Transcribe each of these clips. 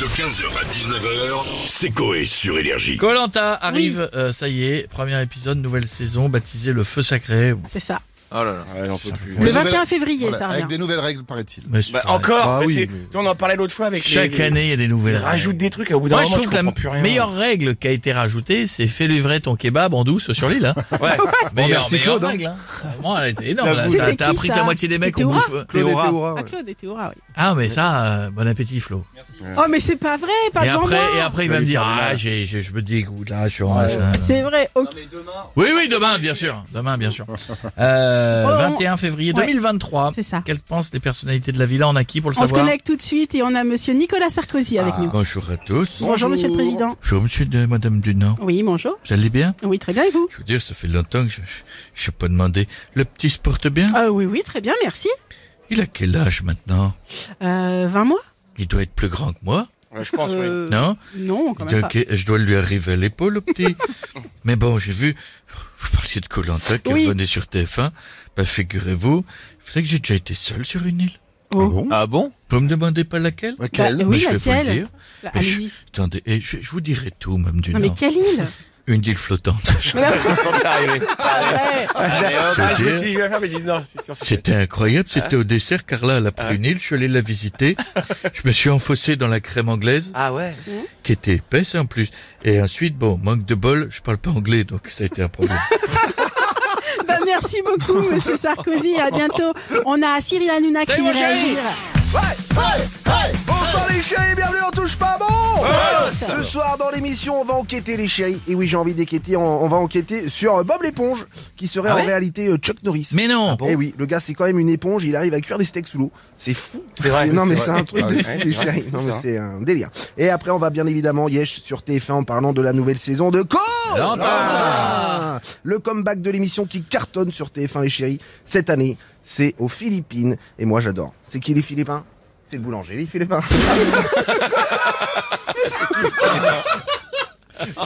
De 15h à 19h, c'est Coé sur Énergie. Colanta arrive, euh, ça y est, premier épisode, nouvelle saison, baptisé le feu sacré. C'est ça. Oh là là. Le Des 21 nouvelles- février, Voilà, ça avec revient. des nouvelles règles, paraît-il. Mais c'est Bah, vrai. encore, Bah mais oui, c'est- mais- tu vois, on en parlait l'autre fois avec Chaque les... année, il y a des ils nouvelles. rajoutent des trucs, au bout d'un Moi, je moment, tu trouve que la comprends plus rien. meilleure règle qui a été rajoutée, c'est fais livrer ton kebab en douce sur l'île. Hein. Ouais. Meilleure, merci meilleure Claude, hein. règle. Hein. Vraiment, elle était énorme. là. C'était T'as- T'as qui, appris ça que la moitié des mecs C'était ont Aura bouffé. Claude et Théora. Théora, Ah, ouais. Claude et Théora, oui. Ah, mais ça, euh, bon appétit, Flo. Oh, mais c'est pas vrai, pas et devant après, moi. et après, il Je va vais me lui dire, faire ah, mal. j'ai, je, je me dégoûte là sur un Ouais. machin. C'est vrai. ok. Oui, oui, demain, bien sûr. Demain, bien sûr. Euh, Oh, on- 21 février Ouais. 2023. C'est ça. Quelles pensent les personnalités de la villa On a qui pour le On se savoir connecte tout de suite et on a monsieur Nicolas Sarkozy avec nous. Ah, Bonjour à tous. Bonjour, monsieur le président. Bonjour monsieur de madame Dunant. Oui, bonjour. Vous allez bien Oui, très bien, et vous Je veux dire, ça fait longtemps que je je n'ai pas demandé. Le petit se porte bien Ah Oui, oui, très bien, merci. Il a quel âge maintenant Euh, 20 mois Il doit être plus grand que moi, Ouais, je pense, oui. Euh, non Non, quand même Donc, pas. euh, Je dois lui arriver à l'épaule, le petit. Mais bon, j'ai vu, vous parliez de Colanta qui Oui. revenait sur TF1. Bah, figurez-vous, vous savez que j'ai déjà été seul sur une île. Oh. Ah bon Vous me demandez pas laquelle Laquelle Bah, oui. Mais je vais vous le laquelle dire. Bah, Mais je- Allez-y. Attendez, et je, je vous dirai tout, même du Non, mais Nord. quelle île Bah, Une île flottante. Ouais. Ah, Je me C'est-à-dire suis dit, je vais faire, mais j'ai dit, non, c'est sûr, c'est C'était incroyable, c'était au dessert, car là, elle a pris une île, je suis allé la visiter, je me suis enfoncé dans la crème anglaise, Ah ouais qui était épaisse hein, en plus, et ensuite, bon, manque de bol, je parle pas anglais, donc ça a été un problème. Bah, merci beaucoup, monsieur Sarkozy. À bientôt. On a Cyril Hanouna qui Salut, veut mon chéri. réagir. Bonsoir les chéris, bienvenue dans Touche pas bon Ce soir dans l'émission, on va enquêter les chéris. Et oui, j'ai envie d'enquêter, on, on va enquêter sur Bob l'éponge, qui serait Ah ouais en réalité euh, Chuck Norris. Mais non Eh oui, le gars c'est quand même une éponge, il arrive à cuire des steaks sous l'eau. C'est fou. C'est vrai. non mais c'est c'est vrai. un truc de Ouais, fou, c'est les vrai, chéris. c'est Non mais ça. c'est un délire. Et après on va bien évidemment Yesh sur TF1 en parlant de la nouvelle saison de Co. Lanta. Lanta. Le comeback de l'émission qui cartonne sur TF1 les chéris cette année, c'est aux Philippines et moi j'adore. C'est qui les Philippins C'est le boulanger les Philippins.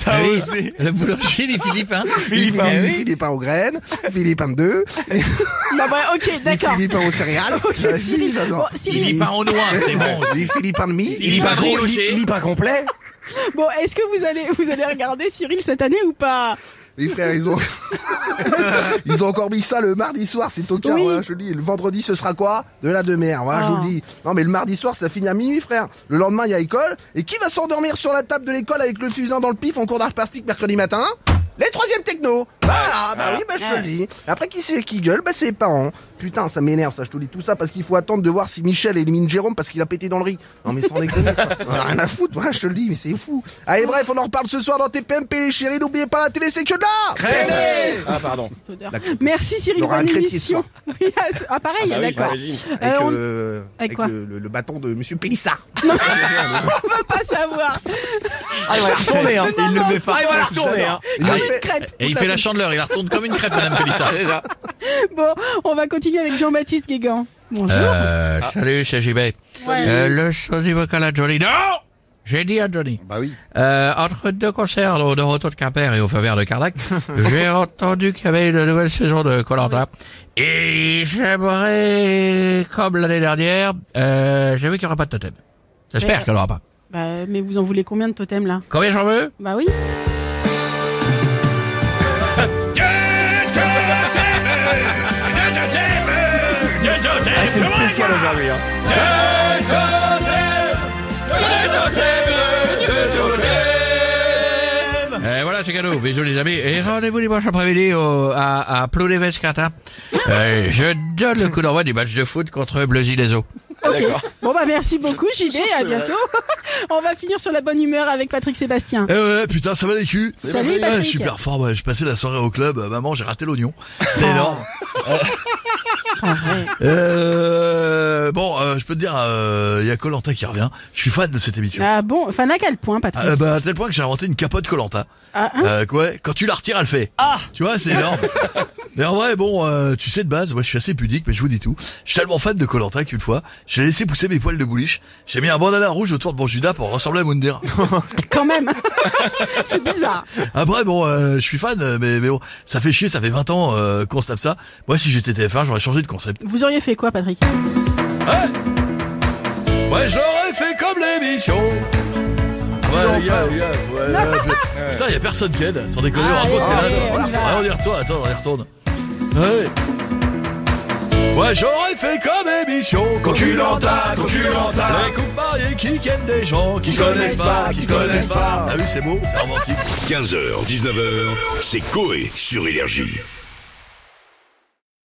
Ah oui, Le boulanger, les Philippins. Philippins, les Philippins aux graines, Philippins 2, Bah, bah, ok, les d'accord. Philippins aux céréales. Ah, si, Cyril. j'adore. Bon, Cyril. Philippins en noir, c'est bon. Les Philippins de mi. Philippins Il- brioché. il lit pas complet Bon, est-ce que vous allez, vous allez regarder Cyril cette année ou pas Les frères, ils ont... ils ont encore mis ça le mardi soir, c'est au Oui. je te le dis. Et Le vendredi, ce sera quoi De la de mer, voilà, Ah. je vous le dis. Non, mais le mardi soir, ça finit à minuit, frère. Le lendemain, il y a école. Et qui va s'endormir sur la table de l'école avec le fusain dans le pif en cours d'art plastique mercredi matin les troisièmes techno Voilà, bah oui, bah je te le dis. Après, qui c'est qui gueule Bah c'est les parents. Putain, ça m'énerve, ça, je te le dis. Tout ça parce qu'il faut attendre de voir si Michel élimine Jérôme parce qu'il a pété dans le riz. Non mais sans déconner, on a rien à foutre, voilà, je te le dis, mais c'est fou. Allez, bref, on en reparle ce soir dans TPMP, les chéris. N'oubliez pas la télé, c'est que de l'art Ah pardon. odeur. La- Merci Cyril, Il aura un bonne crêpier ce émission. Oui, ah, c'est- ah, pareil, Ah bah oui, d'accord. j'imagine. Avec, Euh, on euh, avec quoi le, le- le bâton de Monsieur Pélissard. ne peut pas savoir. Ah, il va la retourner, hein. non, non, c'est Ah, il va la bon. retourner, hein. Il Ah l'a oui. fait. Crêpe. Et il fait la chandeleur, il la retourne comme une crêpe, madame Pélissard. C'est ça. Bon, on va continuer avec Jean-Baptiste Guégan. Bonjour. Euh, salut, c'est JB. Euh, le sosie vocal à Johnny. Non J'ai dit à Johnny. Bah oui. Euh, entre deux concerts au Doroto de Quimper et au Faveur de Carlac, j'ai entendu qu'il y avait une nouvelle saison de Colanta. Et j'aimerais, comme l'année dernière, euh, j'ai vu qu'il n'y aura pas de totem. J'espère Mais- qu'il n'y en aura pas. Bah, mais vous en voulez combien de totems là Combien j'en veux Bah oui. Ah, c'est le spécial aujourd'hui. hein. Euh, voilà, c'est cadeau. Bisous les amis. Et rendez-vous dimanche après-midi au- à, à Plounévez-Quintin. Euh, je donne le coup d'envoi du match de foot contre Bleuzy-les-Eaux. Ah, Ok. Bon bah merci beaucoup JB, à c'est vrai. bientôt. on va finir sur la bonne humeur avec Patrick Sébastien. Eh ouais, putain, ça va les culs Eh Salut, ben, Ouais, Patrick. Je suis super fort, ouais. j'ai passé la soirée au club, euh, maman, j'ai raté l'oignon. C'était énorme. Euh, bon, euh, je peux te dire, euh, il y a Colanta qui revient. Je suis fan de cette émission. Ah bon, enfin à quel point Patrick Euh, bah, à tel point que j'ai inventé une capote Colanta. Ah, hein Euh, quoi Quand tu la retires, elle fait. Ah Tu vois, c'est énorme. mais en vrai, bon, euh, tu sais de base, moi je suis assez pudique, mais je vous dis tout. Je suis tellement fan de Colanta qu'une fois, j'ai laissé pousser mes poils de bouliche. J'ai mis un bandana rouge autour de mon Judas pour ressembler à Moundir. Ah. Quand même. C'est bizarre. Après, bon, euh, je suis fan, euh, mais, mais bon, ça fait chier, ça fait 20 ans euh, qu'on se tape ça. Moi, si j'étais TF1, j'aurais changé de concept. Vous auriez fait quoi Patrick Moi, j'aurais fait comme l'émission aïe, aïe, aïe, ouais, ouais, puis- Putain, y a personne qui aide, sans déconner, on raconte, allez, t'es là, allez, toi. on y va. Ah, on y retourne, attends, on y retourne. Ouais. Ouais, j'aurais fait comme émission, Coculanta, Coculanta. Les couples mariés qui kennent des gens qui se connaissent pas, qui se connaissent pas. Ah oui, c'est beau, c'est romantique. 15h, 19h, c'est Coé sur Énergie.